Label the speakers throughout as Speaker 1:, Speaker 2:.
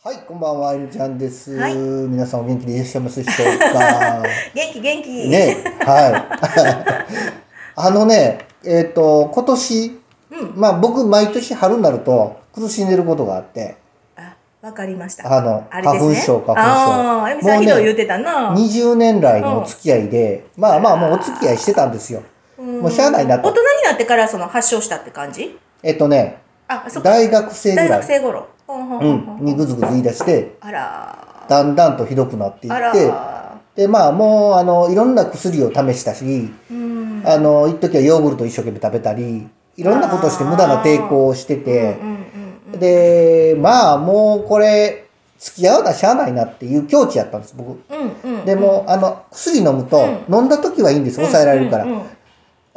Speaker 1: はい、こんばんは、エルちゃんです。
Speaker 2: はい
Speaker 1: 皆さんお元気でいらっしゃいますでしょう か
Speaker 2: 元気元気。
Speaker 1: ね、はい。 あのね、えっ、と、今年、
Speaker 2: うん。
Speaker 1: まあ僕、毎年春になると苦しんでることがあって、
Speaker 2: あ、わかりました。
Speaker 1: あの、
Speaker 2: あれ
Speaker 1: 花
Speaker 2: ですね。
Speaker 1: 粉症、花
Speaker 2: ああー、あゆみ
Speaker 1: 粉症。
Speaker 2: さん
Speaker 1: もう
Speaker 2: ひどい言う
Speaker 1: ね、
Speaker 2: てたな。
Speaker 1: 20年来のお付き合いで、まあまあもうお付き合いしてたんですよ。
Speaker 2: も
Speaker 1: もうしゃあないなと
Speaker 2: 大人になってからその発症したって感じ
Speaker 1: えっ、とね、
Speaker 2: あ、そっか。
Speaker 1: 大学生ぐ
Speaker 2: 大
Speaker 1: ら
Speaker 2: 学
Speaker 1: い、
Speaker 2: 生頃。ほんほん
Speaker 1: う
Speaker 2: ほんほ
Speaker 1: ん、
Speaker 2: ん
Speaker 1: にぐずぐず言い出して、
Speaker 2: あら
Speaker 1: だんだんとひどくなってい
Speaker 2: ー。あ
Speaker 1: って、
Speaker 2: ら
Speaker 1: で、まあもう、あの、いろんな薬を試したし、
Speaker 2: ー。うん。
Speaker 1: あの、一時はヨーグルト一生懸命食べたり、いろんなことをして無駄な抵抗をして
Speaker 2: う
Speaker 1: て
Speaker 2: ん、うんうん。
Speaker 1: で、まあもうこれ、付き合うなしゃあないなっていう境地やったんです、僕。
Speaker 2: うんうん。
Speaker 1: でも、あの、薬飲むと、飲んだ時はいいんです、
Speaker 2: うん、
Speaker 1: 抑えられるから
Speaker 2: うんう。んうん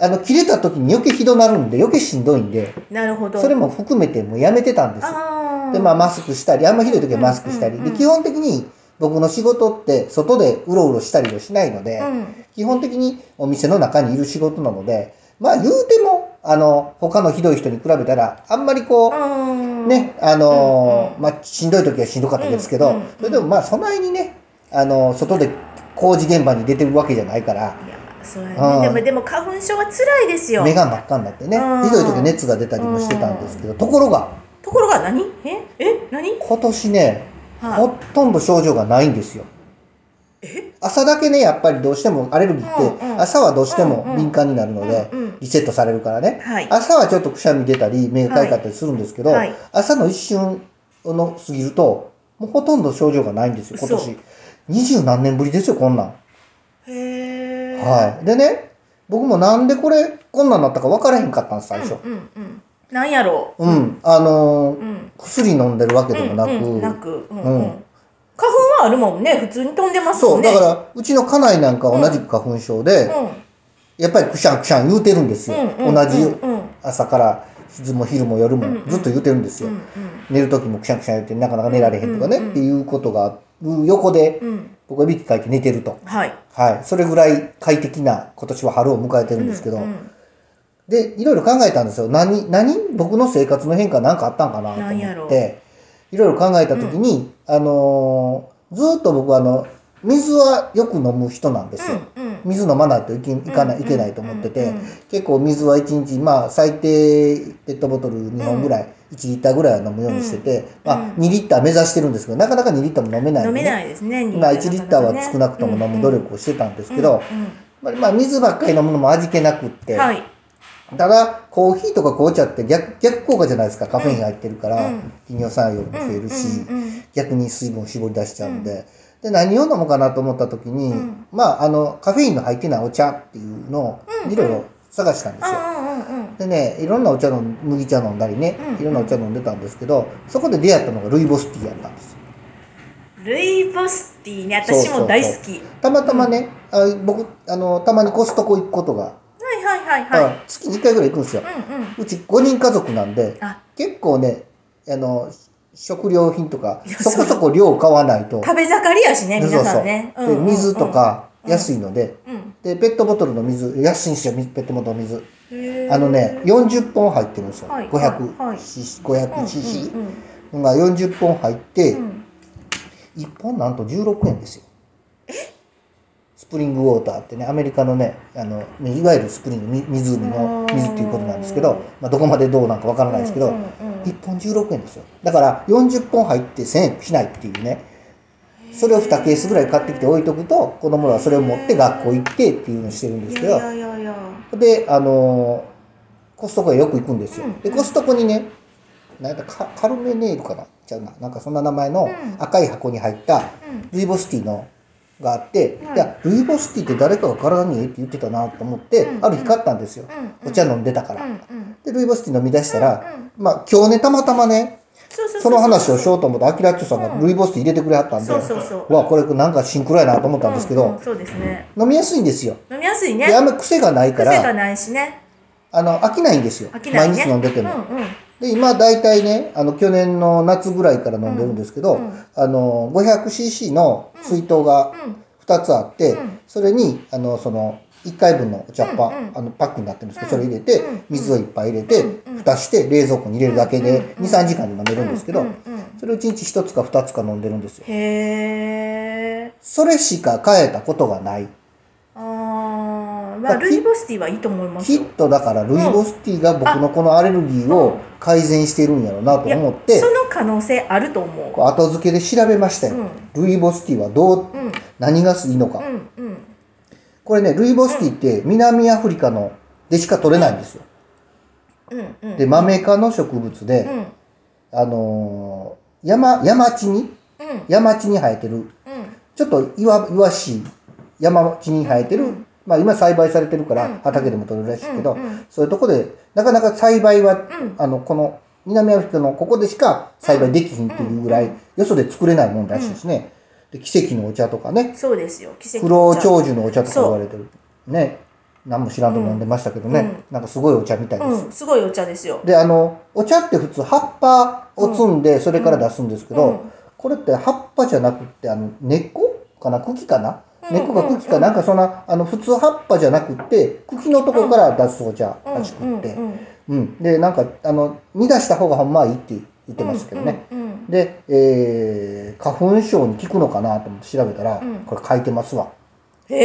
Speaker 1: あの、切れた時に余計ひどなるんで、余計しんどいんで、
Speaker 2: なるほど。
Speaker 1: それも含めてもうやめてたんです。
Speaker 2: ああ。
Speaker 1: で、まあマスクしたり、あんまひどい時はマスクしたり。
Speaker 2: うんうん
Speaker 1: で、
Speaker 2: うん
Speaker 1: 基本的に僕の仕事って外でうろうろしたりはしないので、
Speaker 2: うん。
Speaker 1: 基本的にお店の中にいる仕事なので、まあ言うても、あの、他のひどい人に比べたら、あんまりこ
Speaker 2: う
Speaker 1: う、
Speaker 2: ん。。
Speaker 1: ね、あの
Speaker 2: うん
Speaker 1: ー、
Speaker 2: うん
Speaker 1: まあしんどい時はしんどかったですけ
Speaker 2: うんう
Speaker 1: ど
Speaker 2: んうん、
Speaker 1: それでもまあそないにね、あの、外で工事現場に出てるわけじゃないから、
Speaker 2: いや、そうや
Speaker 1: うん
Speaker 2: ね。でも、でも花粉症は辛いですよ。
Speaker 1: 目が真っ赤になってね
Speaker 2: う、ん
Speaker 1: ひどい時熱が出たりもしてたんですけど、ところが、
Speaker 2: ところが何ええ何
Speaker 1: 今年ね、
Speaker 2: はい
Speaker 1: ほとんど症状がないんですよ。朝だけね、やっぱりどうしてもアレルギーっ
Speaker 2: うんう
Speaker 1: て、
Speaker 2: ん
Speaker 1: 朝はどうしても
Speaker 2: うんうん
Speaker 1: 敏感になるので
Speaker 2: うんうん、
Speaker 1: リセットされるからね
Speaker 2: はい。
Speaker 1: 朝はちょっとくしゃみ出たり、目がかゆかったりするんですけど
Speaker 2: はいはい、
Speaker 1: 朝の一瞬の過ぎると、もうほとんど症状がないんですよ、今
Speaker 2: 嘘
Speaker 1: 年。二十何年ぶりですよ、こんなん。
Speaker 2: へえ。
Speaker 1: はい。でね、僕もなんでこれ、こんなんなったか分からへんかったんです、最初。
Speaker 2: うんうんうん。なんやろう。
Speaker 1: うん。あの
Speaker 2: う
Speaker 1: ー、
Speaker 2: ん。
Speaker 1: 薬飲んでるわけでもな
Speaker 2: うんうんな
Speaker 1: く。
Speaker 2: く。うんうん。
Speaker 1: う
Speaker 2: 花
Speaker 1: ん
Speaker 2: 粉はあるもんね。普通に飛んでます
Speaker 1: そ
Speaker 2: も
Speaker 1: う、
Speaker 2: んね。
Speaker 1: だから、うちの家内なんかは同じく花粉症で、
Speaker 2: うん。
Speaker 1: やっぱりくしゃんくしゃん言うてるんですよ。
Speaker 2: うんうん。
Speaker 1: 同じ
Speaker 2: うんうん。
Speaker 1: 朝から、昼も昼も夜もずっと言うてるんです
Speaker 2: う
Speaker 1: よ。
Speaker 2: ん
Speaker 1: 寝る時もくしゃんくしゃん言って、なかなか寝られへんとかね、
Speaker 2: うんうんうん
Speaker 1: っていうことがある横で
Speaker 2: う、ん。うん。
Speaker 1: 僕はいびきかいて寝てると。
Speaker 2: はい。
Speaker 1: はい。それぐらい快適な今年は春を迎えてるんですけど、
Speaker 2: うん
Speaker 1: で、いろいろ考えたんですよ。何、何僕の生活の変化なんかあったんかなと
Speaker 2: なんや
Speaker 1: 思
Speaker 2: ろ
Speaker 1: って、いろいろ考えた時に、あのーずーっと僕はあの、水はよく飲む人なんですよ。
Speaker 2: うんうん。
Speaker 1: 水飲まないといけいかない,、
Speaker 2: うん
Speaker 1: いけないと思ってて、
Speaker 2: うんうん
Speaker 1: 結構水は1日、まあ、最低ペットボトル2本ぐらい、1リッターぐらいは飲むようにしてて、まあ、
Speaker 2: うん
Speaker 1: 2リッター目指してるんですけどなかなか2リッターも飲めない
Speaker 2: 飲
Speaker 1: ので、
Speaker 2: め
Speaker 1: ね
Speaker 2: ないですね。
Speaker 1: まあ、1リッターは少なくとも飲む努力をしてたんですけど、まあまあ、水ばっかり飲むのも味気なくって、
Speaker 2: はい。
Speaker 1: ただコーヒーとか紅茶って逆逆効果じゃないですかカフェイン入ってるから、
Speaker 2: うん
Speaker 1: 利尿作用も増えるし。
Speaker 2: うんうん
Speaker 1: 逆に水分を絞り出しちゃうんで、で何を飲もうかなと思った時に、
Speaker 2: うん
Speaker 1: まああのカフェインの入ってないお茶っていうのを
Speaker 2: うんうん
Speaker 1: いろいろ探したんですよ。
Speaker 2: うんうん
Speaker 1: でね、いろんなお茶の麦茶飲んだりね、
Speaker 2: うん
Speaker 1: いろんなお茶飲んでたんですけど、そこで出会ったのがルイボスティーやったんですよ。
Speaker 2: うん。ルイボスティーね、私も大好き。
Speaker 1: たまたまね、あ僕あの、たまにコストコ行くことが、
Speaker 2: はいはいはいはい。
Speaker 1: あ月に1回ぐらい行くんですよ。
Speaker 2: うんうん。
Speaker 1: うち5人家族なんで、
Speaker 2: あ、
Speaker 1: 結構ね、あの食料品とか、
Speaker 2: いや
Speaker 1: そこそこ量を買わないと、
Speaker 2: 食べ盛りやしね、
Speaker 1: そうそう
Speaker 2: 皆さんね。
Speaker 1: で水と。か安いので、
Speaker 2: うん。
Speaker 1: でペットボトルの水安いんですよ水ペットボトルの水
Speaker 2: へー
Speaker 1: あのね、40本入ってるんですよ、
Speaker 2: はいはいはい
Speaker 1: 500cc、500cc
Speaker 2: うんうん
Speaker 1: が40本入って、
Speaker 2: うんうん
Speaker 1: 1本なんと16円ですよスプリングウォーターってねアメリカのねあのねいわゆるスプリングみ湖の水っていうことなんですけ
Speaker 2: う
Speaker 1: ど
Speaker 2: ん、
Speaker 1: まあ、どこまでどうなんかわからないですけど、
Speaker 2: うんうん
Speaker 1: 1本16円ですよだから40本入って1000円しないっていうねそれを2ケースぐらい買ってきて置いとくと子供らはそれを持って学校行ってっていうのをしてるん
Speaker 2: うん
Speaker 1: で
Speaker 2: い
Speaker 1: す
Speaker 2: や
Speaker 1: けど
Speaker 2: いやいやいや。
Speaker 1: であのーコストコへよく行くんですよ、
Speaker 2: うん
Speaker 1: でコストコにねなんかカカルメネールかなちゃうななんかそんな名前の
Speaker 2: うん
Speaker 1: 赤い箱に入った
Speaker 2: うん
Speaker 1: ルイボスティーのがあって、
Speaker 2: はい
Speaker 1: いやルイボスティーって誰かが体にいいって言ってたなと思って、
Speaker 2: うん
Speaker 1: ある日買ったんですよ、
Speaker 2: うんう
Speaker 1: お
Speaker 2: ん
Speaker 1: 茶飲んでたから、
Speaker 2: うんうん
Speaker 1: でルイボスティー飲み出したら、
Speaker 2: うんうん
Speaker 1: まあ今日ねたまたまね
Speaker 2: そうそうそうそう
Speaker 1: その話をしようと思って、アキラッチョさんが
Speaker 2: うん
Speaker 1: ルイボスティー入れてくれはったんで、
Speaker 2: そうそうそう
Speaker 1: わ、これなんかシンクロやなと思ったんですけど、
Speaker 2: ううそうですね。
Speaker 1: 飲みやすいんですよ。
Speaker 2: 飲みやすいね。
Speaker 1: で、あんまり癖がないか
Speaker 2: 癖
Speaker 1: ら、
Speaker 2: がないしね。
Speaker 1: あの、飽きないんですよ。
Speaker 2: 飽きないね。
Speaker 1: 毎日飲んでても。
Speaker 2: うんうん。
Speaker 1: で、今、大体ね、あの、去年の夏ぐらいから飲んでるんですけど、
Speaker 2: うんうん
Speaker 1: あの、500cc の水筒が
Speaker 2: うん
Speaker 1: 2つあって、
Speaker 2: うん
Speaker 1: それに、あの、その、1回分のお茶っ葉、
Speaker 2: うんうん
Speaker 1: あの、パックになってるんですけど、
Speaker 2: うん
Speaker 1: それ入れて、
Speaker 2: うん
Speaker 1: 水をいっぱい入れて、
Speaker 2: うんうん
Speaker 1: 蓋して冷蔵庫に入れるだけで、
Speaker 2: うんうん
Speaker 1: 2、3時間で飲めるんですけど、
Speaker 2: うんうんうん
Speaker 1: それを1日1つか2つか飲んでるんですよ
Speaker 2: へえ
Speaker 1: それしか変えたことがない
Speaker 2: ああま
Speaker 1: だ
Speaker 2: あ
Speaker 1: から
Speaker 2: ルイボスティーはいいと思います
Speaker 1: き
Speaker 2: よ
Speaker 1: っとだからルイボスティーが僕のこのアレルギーを改善してるんやろうなと
Speaker 2: いや
Speaker 1: 思って
Speaker 2: その可能性あると思
Speaker 1: こう後付けで調べましたよ、ルイボスティーはどう、
Speaker 2: ううん
Speaker 1: 何がいいのか、
Speaker 2: うんうん
Speaker 1: これねルイボスティーって南アフリカのでしか取れないんですよ、
Speaker 2: うんうん
Speaker 1: でマメ科の植物で、
Speaker 2: うん
Speaker 1: あのー山山地に
Speaker 2: うん
Speaker 1: 山地に生えてる
Speaker 2: うん
Speaker 1: ちょっと岩岩しい山地に生えてる、
Speaker 2: うん
Speaker 1: まあ今栽培されてるか
Speaker 2: うん
Speaker 1: ら畑でも取れるらしいけど、
Speaker 2: うんうん
Speaker 1: そういうとこでなかなか栽培は、
Speaker 2: ん
Speaker 1: あのこの南アフリカのここでしか栽培できひんっていうぐらい、よそで作れないもんらしいですね、で奇跡のお茶とかね
Speaker 2: そうですよ奇跡
Speaker 1: 不老長寿のお茶とか言われてるね何も知らんと飲んでましたけどね、
Speaker 2: うん
Speaker 1: なんかすごいお茶みたいです、
Speaker 2: うんすごいお茶ですよ
Speaker 1: であのお茶って普通葉っぱを摘んでそれから出すんですけど、
Speaker 2: うんうん
Speaker 1: これって葉っぱじゃなくってあの根っこかな茎かな、
Speaker 2: うん
Speaker 1: 根っこか茎かなんかそんなあの普通葉っぱじゃなくって茎のとこから出すお茶
Speaker 2: うん
Speaker 1: らしくって、
Speaker 2: うんうん
Speaker 1: うんでなんかあの煮出した方がほんまはいいって言ってましたけどね、
Speaker 2: うんうん
Speaker 1: で、えー花粉症に効くのかなと思って調べたら、
Speaker 2: うん
Speaker 1: これ書いてますわ
Speaker 2: へ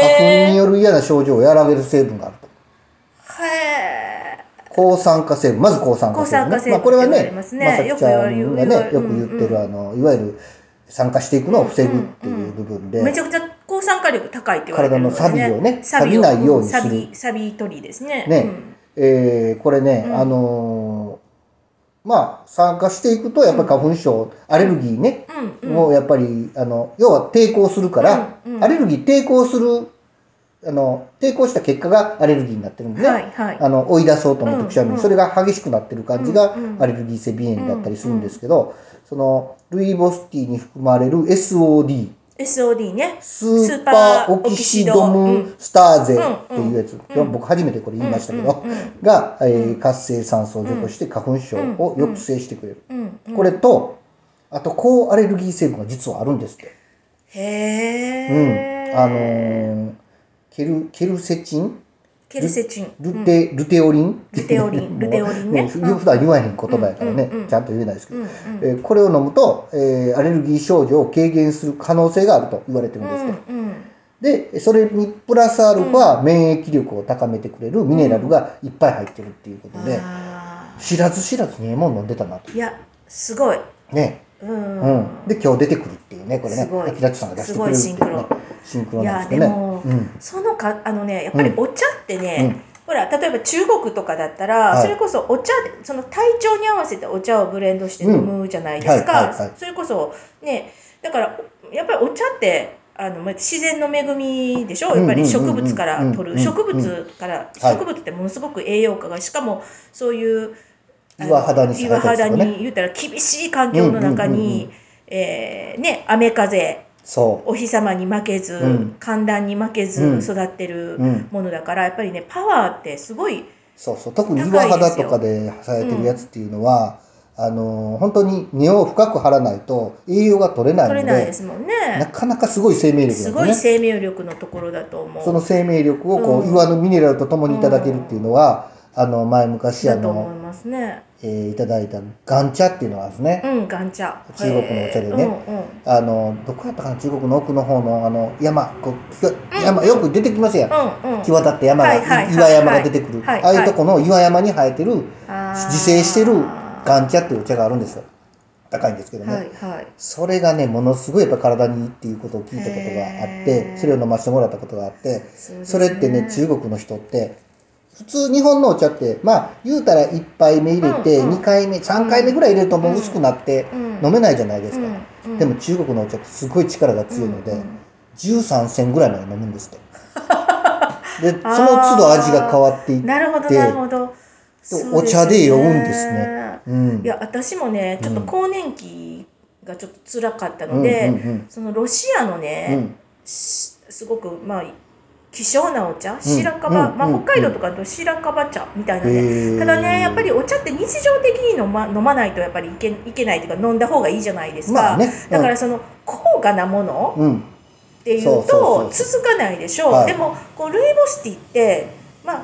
Speaker 1: 花粉に
Speaker 2: え
Speaker 1: よる嫌な症状を和らげる成分があると
Speaker 2: へえ
Speaker 1: 抗酸化成分まず抗酸化成分、
Speaker 2: 抗酸化成分
Speaker 1: まあ、これは
Speaker 2: って言わ
Speaker 1: ね
Speaker 2: れますね
Speaker 1: まさきちゃんが
Speaker 2: よく言われ
Speaker 1: ね
Speaker 2: る
Speaker 1: よく言って
Speaker 2: うんうん
Speaker 1: るあのいわゆる酸化していくのを防ぐっていう部分で、
Speaker 2: めちゃくちゃ抗酸化力高いって言われてるので、ね、
Speaker 1: 体の錆をね
Speaker 2: 錆
Speaker 1: 錆びないようにする
Speaker 2: 錆び錆び取りですね
Speaker 1: ねえーこれね、
Speaker 2: うん
Speaker 1: あのーまあ酸化していくとやっぱり花粉症、アレルギーね、
Speaker 2: うんうんうん
Speaker 1: もうやっぱりあの要は抵抗するから、
Speaker 2: うんうん
Speaker 1: アレルギー抵抗するあの抵抗した結果がアレルギーになってるんでね、
Speaker 2: はいはい
Speaker 1: あの追い出そうと思っ
Speaker 2: う
Speaker 1: て
Speaker 2: ん
Speaker 1: くしゃみ、
Speaker 2: うん
Speaker 1: それが激しくなってる感じが
Speaker 2: うんうん
Speaker 1: アレルギー性鼻炎だったりするんですけど、そのルイボスティーに含まれる SOD
Speaker 2: SOD ね
Speaker 1: スーパーオキシドムスターゼっていうやつ、僕初めてこれ言いましたけど、が、えー活性酸素を除去して花粉症を抑制してくれる、
Speaker 2: うん
Speaker 1: これとあと抗アレルギー成分が実はあるんですって、
Speaker 2: へ
Speaker 1: うん
Speaker 2: え、
Speaker 1: あのーケルケルセチン
Speaker 2: ケルセチン
Speaker 1: ルテ、ルテオリン
Speaker 2: ルテオリ
Speaker 1: も
Speaker 2: ン
Speaker 1: う
Speaker 2: ルテオリンね
Speaker 1: もう普段言わへん言葉やからね、
Speaker 2: うんうんうん
Speaker 1: ちゃんと言えないですけど、
Speaker 2: うんうん
Speaker 1: えーこれを飲むと、えーアレルギー症状を軽減する可能性があると言われてるん
Speaker 2: う
Speaker 1: ですけど、
Speaker 2: んうん
Speaker 1: でそれにプラスアルファ免疫力を高めてくれるミネラルがいっぱい入ってるっていうことで、
Speaker 2: あ
Speaker 1: 知らず知らずにええもん飲んでたなと
Speaker 2: ーいやすごい
Speaker 1: ね、
Speaker 2: うん、
Speaker 1: うん、で今日出てくるっていうねこれね
Speaker 2: すごい
Speaker 1: 秋田さんが出してくれるっていうね
Speaker 2: すごいシンクロ
Speaker 1: シンクロ
Speaker 2: い
Speaker 1: なんです
Speaker 2: やで
Speaker 1: けどね
Speaker 2: も、
Speaker 1: うん、
Speaker 2: そのかあのねやっぱり
Speaker 1: うん
Speaker 2: お茶ってね、
Speaker 1: うん
Speaker 2: ほら例えば中国とかだったら、
Speaker 1: はい
Speaker 2: それこそお茶でその体調に合わせてお茶をブレンドして飲むじゃないで
Speaker 1: う
Speaker 2: す
Speaker 1: ん
Speaker 2: か、
Speaker 1: はいはいはい
Speaker 2: それこそねだからやっぱりお茶ってあのまあ自然の恵みでしょやっぱ
Speaker 1: うんうんうん
Speaker 2: り
Speaker 1: うん
Speaker 2: 植物から取
Speaker 1: うんうんうん
Speaker 2: る植物から
Speaker 1: はい
Speaker 2: 植物ってものすごく栄養価がしかもそういうあの
Speaker 1: 岩肌に生えたり
Speaker 2: 岩
Speaker 1: と
Speaker 2: 肌
Speaker 1: かね
Speaker 2: に言ったら厳しい環境の中
Speaker 1: うんうんうん
Speaker 2: に、えーね雨風
Speaker 1: そ
Speaker 2: お日様に負けず、
Speaker 1: うん
Speaker 2: 寒暖に負けず
Speaker 1: うん
Speaker 2: 育ってる
Speaker 1: うん
Speaker 2: ものだから、やっぱりねパワーってすごい、
Speaker 1: うそうそう特に岩肌とかで生えてるやつっていうのは、あのー本当に根を深く張らないと栄養が取れない
Speaker 2: 取
Speaker 1: の
Speaker 2: れ
Speaker 1: で
Speaker 2: ないですもん
Speaker 1: な
Speaker 2: ね
Speaker 1: かなかすごい生命力
Speaker 2: す
Speaker 1: な
Speaker 2: ご
Speaker 1: んで
Speaker 2: い
Speaker 1: すね
Speaker 2: 生命力のところだと思う
Speaker 1: その生命力をこ
Speaker 2: う
Speaker 1: うん岩のミネラルとともにいただけるっていうのは、あの前昔あ
Speaker 2: だと思
Speaker 1: の
Speaker 2: い、ますね
Speaker 1: えーいただいたガン茶っていうのはですね、
Speaker 2: うんガンチャ
Speaker 1: 中国のお茶でね
Speaker 2: うんうん
Speaker 1: あのどこやったかな中国の奥の方のあの山こうきわ山よく出てきますやん、
Speaker 2: うんうん
Speaker 1: 際立って山が、
Speaker 2: はいはいはい
Speaker 1: 岩山が出てくる、
Speaker 2: はい
Speaker 1: ああいうとこの岩山に生えてる自生してる
Speaker 2: あー
Speaker 1: ガン茶っていうお茶があるんですよ高いんですけどね、
Speaker 2: はいはい
Speaker 1: それがねものすごいやっぱ体にいいっていうことを聞いたことがあって
Speaker 2: へー
Speaker 1: それを飲ませてもらったことがあって
Speaker 2: そうですね
Speaker 1: それってね中国の人って普通日本のお茶ってまあ言うたら1杯目入れて
Speaker 2: うんうん
Speaker 1: 2回目3回目ぐらい入れるともう薄くなって
Speaker 2: うん
Speaker 1: 飲めないじゃないですか
Speaker 2: うんうん
Speaker 1: でも中国のお茶ってすごい力が強いので13銭ぐらいまで飲むんです って。でその都度味が変わっていって
Speaker 2: なるほどなるほど
Speaker 1: お茶で酔うんですね。うん
Speaker 2: いや私もねちょっと更年期がちょっと辛かったので、
Speaker 1: うんうんうん
Speaker 2: そのロシアのね、
Speaker 1: うん
Speaker 2: しすごくまあ希少なお茶
Speaker 1: ん
Speaker 2: 白樺、
Speaker 1: うん
Speaker 2: まあ、
Speaker 1: うん
Speaker 2: 北海道とかだと白樺茶みたいな
Speaker 1: へ
Speaker 2: ね
Speaker 1: ー
Speaker 2: ただねやっぱりお茶って日常的に飲ま飲まないとやっぱりいけいけないというか飲んだ方がいいじゃないですか、
Speaker 1: まあねうん
Speaker 2: だからその高価なもの
Speaker 1: うん
Speaker 2: っていう
Speaker 1: そうそうそう
Speaker 2: と
Speaker 1: そう
Speaker 2: 続かないでしょう、
Speaker 1: はい
Speaker 2: でもこうルイボスティーってまあ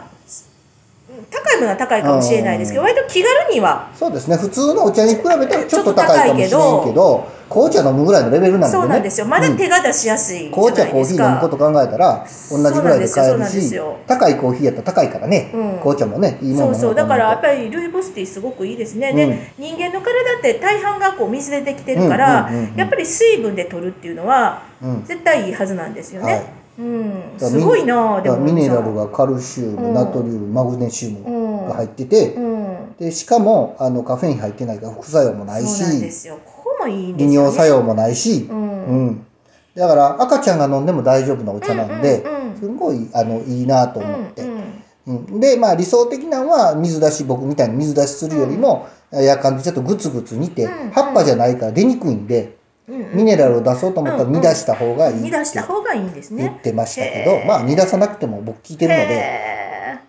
Speaker 2: 高いものは高いかもしれないですけど、
Speaker 1: う
Speaker 2: 割と気軽には、
Speaker 1: そうですね普通のお茶に比べたらちょっと高いかもしれんけ
Speaker 2: ちょっと高い
Speaker 1: ど
Speaker 2: け
Speaker 1: 紅茶飲むぐらいのレベルなんでね
Speaker 2: そうなんですよまだ手が出しやすいじゃない
Speaker 1: 紅
Speaker 2: です
Speaker 1: 茶
Speaker 2: か、
Speaker 1: コーヒー飲むこと考えたら同じぐらいで買
Speaker 2: そ
Speaker 1: え
Speaker 2: う
Speaker 1: る
Speaker 2: なんです
Speaker 1: し
Speaker 2: よ
Speaker 1: 高いコーヒーやったら高いからね、
Speaker 2: うん
Speaker 1: 紅茶もねいいもん
Speaker 2: そう
Speaker 1: なの
Speaker 2: そうだ
Speaker 1: な
Speaker 2: からやっぱりルイボスティーすごくいいですね、
Speaker 1: うん
Speaker 2: で人間の体って大半がこう水でできてるから、
Speaker 1: うんうんうんうん
Speaker 2: やっぱり水分で取るっていうのは
Speaker 1: うん
Speaker 2: 絶対いいはずなんですよね、
Speaker 1: はい
Speaker 2: うん、
Speaker 1: だから
Speaker 2: す
Speaker 1: ミ
Speaker 2: ごいなあで
Speaker 1: だ
Speaker 2: も
Speaker 1: からミネラル
Speaker 2: が
Speaker 1: がカルシウム、
Speaker 2: うん
Speaker 1: ナトリウムマグネシウム
Speaker 2: うん、
Speaker 1: が入ってて、
Speaker 2: うん、
Speaker 1: でしかもあのカフェイン入ってないから副作用もない
Speaker 2: そうなんで
Speaker 1: し
Speaker 2: すよここもいいんで
Speaker 1: 利
Speaker 2: すよ、ね、
Speaker 1: 尿作用もないし、
Speaker 2: うん
Speaker 1: うんだから赤ちゃんが飲んでも大丈夫なお茶なんで、
Speaker 2: うんうんうん
Speaker 1: すごいあのいいなと思って、
Speaker 2: う
Speaker 1: うんん
Speaker 2: うん
Speaker 1: で、まあ、理想的なのは水出し僕みたいに水出しするよりも、やかんでちょっとグツグツ煮て、
Speaker 2: うんうん
Speaker 1: 葉っぱじゃないから出にくいんで、
Speaker 2: うんうん
Speaker 1: ミネラルを出そうと思ったら
Speaker 2: うんうん
Speaker 1: 煮出した方がいい
Speaker 2: 煮
Speaker 1: って
Speaker 2: 出した方がいいんです
Speaker 1: 言っ
Speaker 2: ね。
Speaker 1: てましたけ
Speaker 2: へ
Speaker 1: ど、
Speaker 2: ー
Speaker 1: まあ煮出さなくても僕聞いてるので。
Speaker 2: へ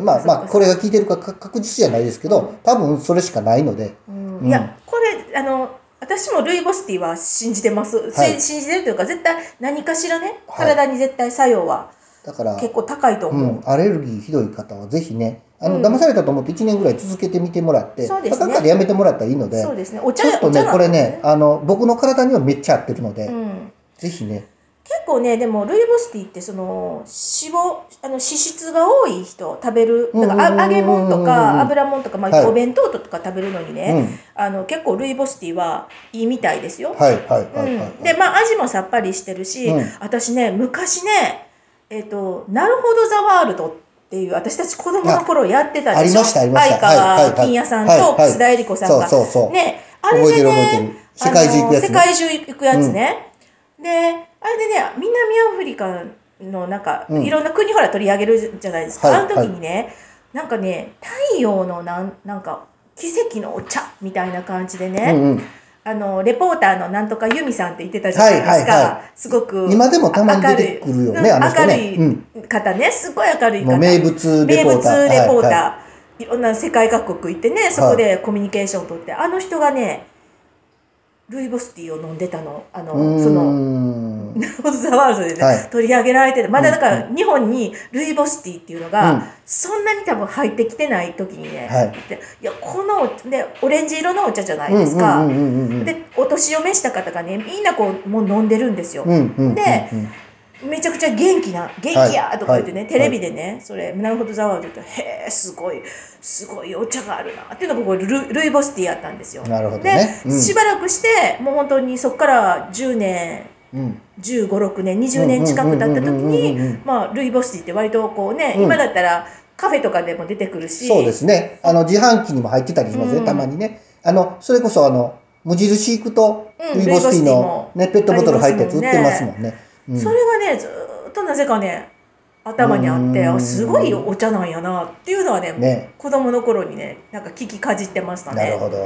Speaker 1: まあま
Speaker 2: そっかそっ
Speaker 1: あ、
Speaker 2: か
Speaker 1: これが効いてるかか確実じゃないですけど、多分それしかないので、
Speaker 2: ーうん
Speaker 1: うん
Speaker 2: いやこれあの私もルイボスティーは信じてます、
Speaker 1: はい
Speaker 2: 信じてるというか絶対何かしらね
Speaker 1: はい
Speaker 2: 体に絶対作用は
Speaker 1: だから、
Speaker 2: 結構高いと
Speaker 1: う
Speaker 2: 思う。
Speaker 1: ん、アレルギーひどい方はぜひね、あの、
Speaker 2: うん
Speaker 1: 騙されたと思って1年ぐらい続けてみてもらって、
Speaker 2: そうですね
Speaker 1: まあどっかでやめてもらったらいいので、
Speaker 2: そうですねお茶
Speaker 1: ちょっとね
Speaker 2: お、茶
Speaker 1: こ
Speaker 2: な
Speaker 1: れ
Speaker 2: ん
Speaker 1: ね、
Speaker 2: で
Speaker 1: あの、僕の体にはめっちゃ合ってるので、
Speaker 2: すねうん
Speaker 1: ぜひね、
Speaker 2: 結構ねでもルイボスティーってその脂肪あの脂質が多い人食べるだから
Speaker 1: うんうんうんうん
Speaker 2: あ揚げ物とか油物とか、まあ
Speaker 1: はい
Speaker 2: お弁当とか食べるのに
Speaker 1: うん
Speaker 2: ね、、あの結構ルイボスティーはいいみたいですよ。
Speaker 1: はいはいはいはい、
Speaker 2: うんでまあ味もさっぱりしてるし、
Speaker 1: うん
Speaker 2: 私ね昔ねえっ、と「なるほどザワールド」っていう私たち子供の頃やってた
Speaker 1: ありましたありました
Speaker 2: 相
Speaker 1: はいはい
Speaker 2: 川
Speaker 1: はい
Speaker 2: 金也さん
Speaker 1: はいは
Speaker 2: と
Speaker 1: い
Speaker 2: 楠田絵理子さんが。
Speaker 1: そうそうそう
Speaker 2: ねあれで
Speaker 1: 覚えてる
Speaker 2: ね
Speaker 1: 覚えてる世界中行くやつね
Speaker 2: あの世界中行くやつね。であれでね南アフリカのなんか、
Speaker 1: うん
Speaker 2: いろんな国ほら取り上げるじゃないですか。
Speaker 1: はい
Speaker 2: あの時にね、なんかね太陽のなんなんか奇跡のお茶みたいな感じでね。
Speaker 1: うんうん
Speaker 2: あのレポーターのなんとか由美さんって言ってたじゃないですか、
Speaker 1: はいはいは
Speaker 2: すごく
Speaker 1: 今でもたまに出てくるよね
Speaker 2: 明るい
Speaker 1: あの人ね
Speaker 2: 明るい方ねすごい明るい方
Speaker 1: もう名物レポーター
Speaker 2: 名物レポーター、
Speaker 1: はい
Speaker 2: い
Speaker 1: は
Speaker 2: ろんな世界各国行ってねそこでコミュニケーションを取って、あの人がねルイボスティーを飲んでたのあの
Speaker 1: うーん
Speaker 2: その 「オズ・ザ・ワールド」でね、
Speaker 1: はい
Speaker 2: 取り上げられてるまだだから日本にルイボスティーっていうのが、
Speaker 1: うん
Speaker 2: そんなに多分入ってきてない時にね、
Speaker 1: はい
Speaker 2: でいやこのでオレンジ色のお茶じゃない
Speaker 1: うん
Speaker 2: ですか。
Speaker 1: うんうんうんうん
Speaker 2: でお年を召した方がねみんなこうもう飲んでるんですよ、
Speaker 1: うんうんうんうん
Speaker 2: でめちゃくちゃ元気な「元気や!」とか言ってね、
Speaker 1: はい
Speaker 2: テレビでね「それなるほどざわ」って言って「へえすごいすごいお茶があるな」っていうのがここルルイボスティーやったんですよ
Speaker 1: なるほどね
Speaker 2: で、
Speaker 1: うん
Speaker 2: しばらくしてもう本当にそこから10年
Speaker 1: うん
Speaker 2: 1 5六6年20年近く経った時
Speaker 1: うんうんうんうんうんうん
Speaker 2: にまあルイボスティーって割とこうね、
Speaker 1: うん
Speaker 2: 今だったらカフェとかでも出てくるし
Speaker 1: そうですねあの自販機にも入ってたりしますね、
Speaker 2: うん
Speaker 1: たまにねあのそれこそあの無印行くと
Speaker 2: う
Speaker 1: ル
Speaker 2: ん
Speaker 1: イボスティーの、
Speaker 2: ルイボスティーも
Speaker 1: ね、ペットボトル入ったやつ売っ
Speaker 2: あり
Speaker 1: てま
Speaker 2: ますす
Speaker 1: も
Speaker 2: も
Speaker 1: んね、うん
Speaker 2: それがねずーっとなぜかね頭にあって
Speaker 1: うん
Speaker 2: あすごいお茶なんやなっていうのはね
Speaker 1: ね
Speaker 2: 子供の頃にねなんか聞きかじってましたね。
Speaker 1: なるほど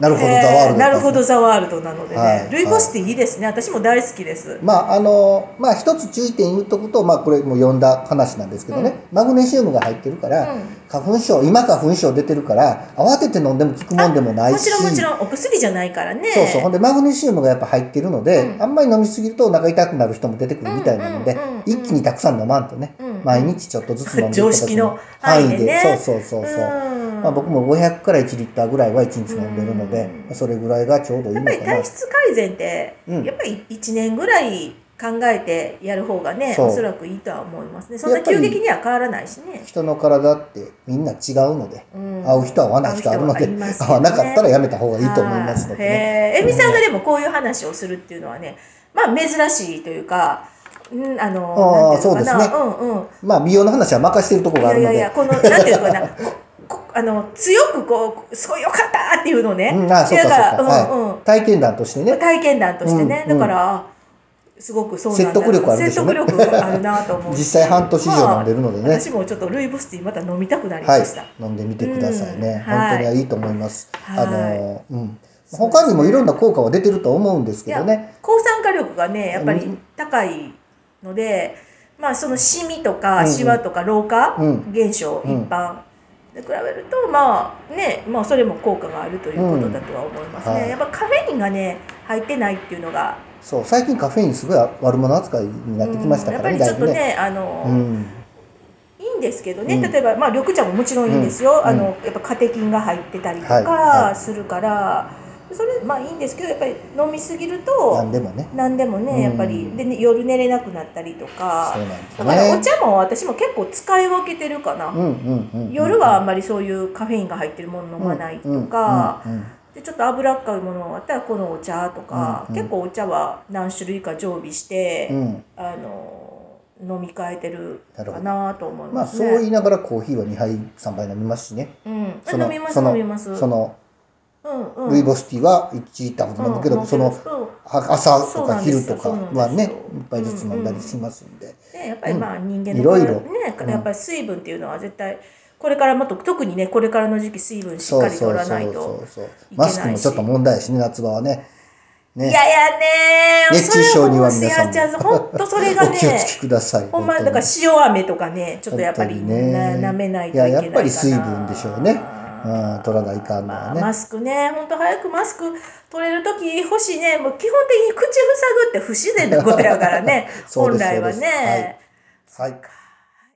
Speaker 1: なるほど、
Speaker 2: えー
Speaker 1: ザワールド
Speaker 2: なるほ
Speaker 1: で
Speaker 2: ど
Speaker 1: すね
Speaker 2: ザワールドなのでね、
Speaker 1: はい
Speaker 2: ルイボスティーいいですね私も大好きです。
Speaker 1: まああのまあ一つ注意点言うとくとまあこれも読んだ話なんですけどね、マグネシウムが入ってるから、
Speaker 2: うん
Speaker 1: 花粉症今花粉症出てるから慌てて飲んでも効くもんでもない
Speaker 2: も
Speaker 1: し
Speaker 2: ちろんもちろんお薬じゃないからね。
Speaker 1: そうそうほんでマグネシウムがやっぱ入ってるので、
Speaker 2: うん
Speaker 1: あんまり飲みすぎるとお腹痛くなる人も出てくるみたいなので、
Speaker 2: うんうんうんうん
Speaker 1: 一気にたくさん飲まんとね、
Speaker 2: うん
Speaker 1: 毎日ちょっとずつ飲んでい
Speaker 2: 常識の範囲でね
Speaker 1: 範囲そうそうそうそう、
Speaker 2: うん
Speaker 1: まあ、僕も500から1リッターぐらいは1日飲んでるので、
Speaker 2: うん
Speaker 1: それぐらいがちょうどいい
Speaker 2: や
Speaker 1: の
Speaker 2: っ
Speaker 1: か
Speaker 2: ぱり
Speaker 1: な
Speaker 2: 体質改善って、
Speaker 1: うん
Speaker 2: やっぱり1年ぐらい考えてやる方がね
Speaker 1: そう
Speaker 2: おそらくいいとは思いますねそんな急激には変わらないしね。
Speaker 1: 人の体ってみんな違うので、
Speaker 2: うん
Speaker 1: 合う人は合わない人あるので、
Speaker 2: 合う人は合いますよ
Speaker 1: 合
Speaker 2: ね
Speaker 1: わなかったらやめた方がいいと思いますので、ね、
Speaker 2: はいへえ、エミさんがでもこういう話をするっていうのはね、まあ珍しいというか、うん、あの、
Speaker 1: あー
Speaker 2: なんていうのかな、
Speaker 1: そうですね
Speaker 2: うんうん。
Speaker 1: まあ美容の話は任してるところ
Speaker 2: い
Speaker 1: があ
Speaker 2: や
Speaker 1: る
Speaker 2: い
Speaker 1: の
Speaker 2: やい
Speaker 1: で
Speaker 2: や、この、なんていうのかな、ここあの、強くこう、すごいよかったっていうのね、
Speaker 1: うんあそうかそう
Speaker 2: な
Speaker 1: か
Speaker 2: ん、かうんうん
Speaker 1: はい、体験談としてね
Speaker 2: 体験談としてね、
Speaker 1: うんうん
Speaker 2: だから、あすごくそうなんだ
Speaker 1: 説得力あるでしょうね
Speaker 2: 説得力あるなと思 う
Speaker 1: 実際半年以上飲んでるのでね
Speaker 2: まあ私もちょっとルイボスティーまた飲みたくなりま
Speaker 1: はい
Speaker 2: した、、
Speaker 1: 飲んでみてくださいね。
Speaker 2: うんはい
Speaker 1: 本当にいいと思います。
Speaker 2: はい
Speaker 1: あの、うん。
Speaker 2: そうですね
Speaker 1: 他にもいろんな効果は出てると思うんです
Speaker 2: い
Speaker 1: け
Speaker 2: や
Speaker 1: どね。
Speaker 2: 抗酸化力がねやっぱ
Speaker 1: う
Speaker 2: り
Speaker 1: ん
Speaker 2: 高いので、まあそのシミと
Speaker 1: うん
Speaker 2: か
Speaker 1: うん
Speaker 2: シワとか老化
Speaker 1: うん
Speaker 2: 現象
Speaker 1: う
Speaker 2: 一
Speaker 1: ん
Speaker 2: 般で比べるとまあねまあそれも効果があるということだとは思いますね、
Speaker 1: うんはい
Speaker 2: やっぱカフェインがね入ってないっていうのが、
Speaker 1: そう、最近カフェインすごい悪者扱いになってきましたから
Speaker 2: う
Speaker 1: ね、
Speaker 2: んやっぱりちょ
Speaker 1: だい
Speaker 2: っ
Speaker 1: ぶ
Speaker 2: とね
Speaker 1: ね。
Speaker 2: あの、
Speaker 1: うん。
Speaker 2: いいんんですけどね、
Speaker 1: うん
Speaker 2: 例えば、まあ、緑茶ももちろんいいんですよ、
Speaker 1: うん
Speaker 2: あのやっぱカテキンが入ってたりと
Speaker 1: はいは
Speaker 2: か
Speaker 1: い
Speaker 2: するから、それまあいいんですけどやっぱり飲みすぎる
Speaker 1: なん
Speaker 2: と
Speaker 1: でもね
Speaker 2: 何でも
Speaker 1: うん
Speaker 2: ねやっぱり、でね夜寝れなくなったりとか
Speaker 1: そうなんです
Speaker 2: だからお
Speaker 1: ね
Speaker 2: 茶も私も結構使い分けてるかな、
Speaker 1: うんうんうんうん
Speaker 2: 夜はあんまりそういうカフェインが入ってるもの飲まないとか、
Speaker 1: うんうんうん
Speaker 2: でちょっと脂っこいものがあったらこのお茶とか、
Speaker 1: うんうん
Speaker 2: 結構お茶は何種類か常備して、
Speaker 1: うんうん
Speaker 2: あの飲み替えてるかなと思い
Speaker 1: ま
Speaker 2: ま
Speaker 1: あ
Speaker 2: す
Speaker 1: そ
Speaker 2: ね。
Speaker 1: う言いながらコーヒーは2杯3杯飲みますしね
Speaker 2: うん、
Speaker 1: そ
Speaker 2: あ
Speaker 1: の
Speaker 2: 飲みます
Speaker 1: そ
Speaker 2: 飲
Speaker 1: の
Speaker 2: みます。
Speaker 1: その
Speaker 2: うんうん、
Speaker 1: ルイボスティーは1リッターほど飲むけ
Speaker 2: う
Speaker 1: ど
Speaker 2: ん
Speaker 1: そ
Speaker 2: 飲ん
Speaker 1: の
Speaker 2: でるうん
Speaker 1: は朝と
Speaker 2: そう
Speaker 1: か
Speaker 2: なんですよ
Speaker 1: 昼とか
Speaker 2: そうな
Speaker 1: は
Speaker 2: んで
Speaker 1: ね
Speaker 2: すよ
Speaker 1: 一杯ずつ飲んだりしますんで
Speaker 2: ね、やっぱりまあ人間の
Speaker 1: いろいろ
Speaker 2: ね
Speaker 1: うん
Speaker 2: やっぱり水分っていうのは絶対これからもっと特にねこれからの時期水分しっかり取らないと
Speaker 1: そうそう
Speaker 2: いけな
Speaker 1: マ
Speaker 2: いし
Speaker 1: スクもちょっと問題やしね夏場はね
Speaker 2: い
Speaker 1: ね
Speaker 2: やいやね
Speaker 1: 熱中症には
Speaker 2: それ
Speaker 1: 皆
Speaker 2: は
Speaker 1: さん
Speaker 2: もう
Speaker 1: も
Speaker 2: すやちゃん本当それが
Speaker 1: お気をつけ
Speaker 2: ね
Speaker 1: ください
Speaker 2: ほんまだから
Speaker 1: 本
Speaker 2: 塩飴とかねちょっとやっぱり
Speaker 1: 本当にね
Speaker 2: な舐めないといけない
Speaker 1: いや
Speaker 2: かな
Speaker 1: やっぱり水分でしょうねうん取らないかんの
Speaker 2: ま
Speaker 1: は
Speaker 2: あ、
Speaker 1: ね
Speaker 2: マスクね、本当早くマスク取れる時欲しいね、もう基本的に口塞ぐって不自然なことやからね
Speaker 1: 、そう
Speaker 2: 本
Speaker 1: です
Speaker 2: 来は
Speaker 1: そうですはい
Speaker 2: ね。
Speaker 1: はい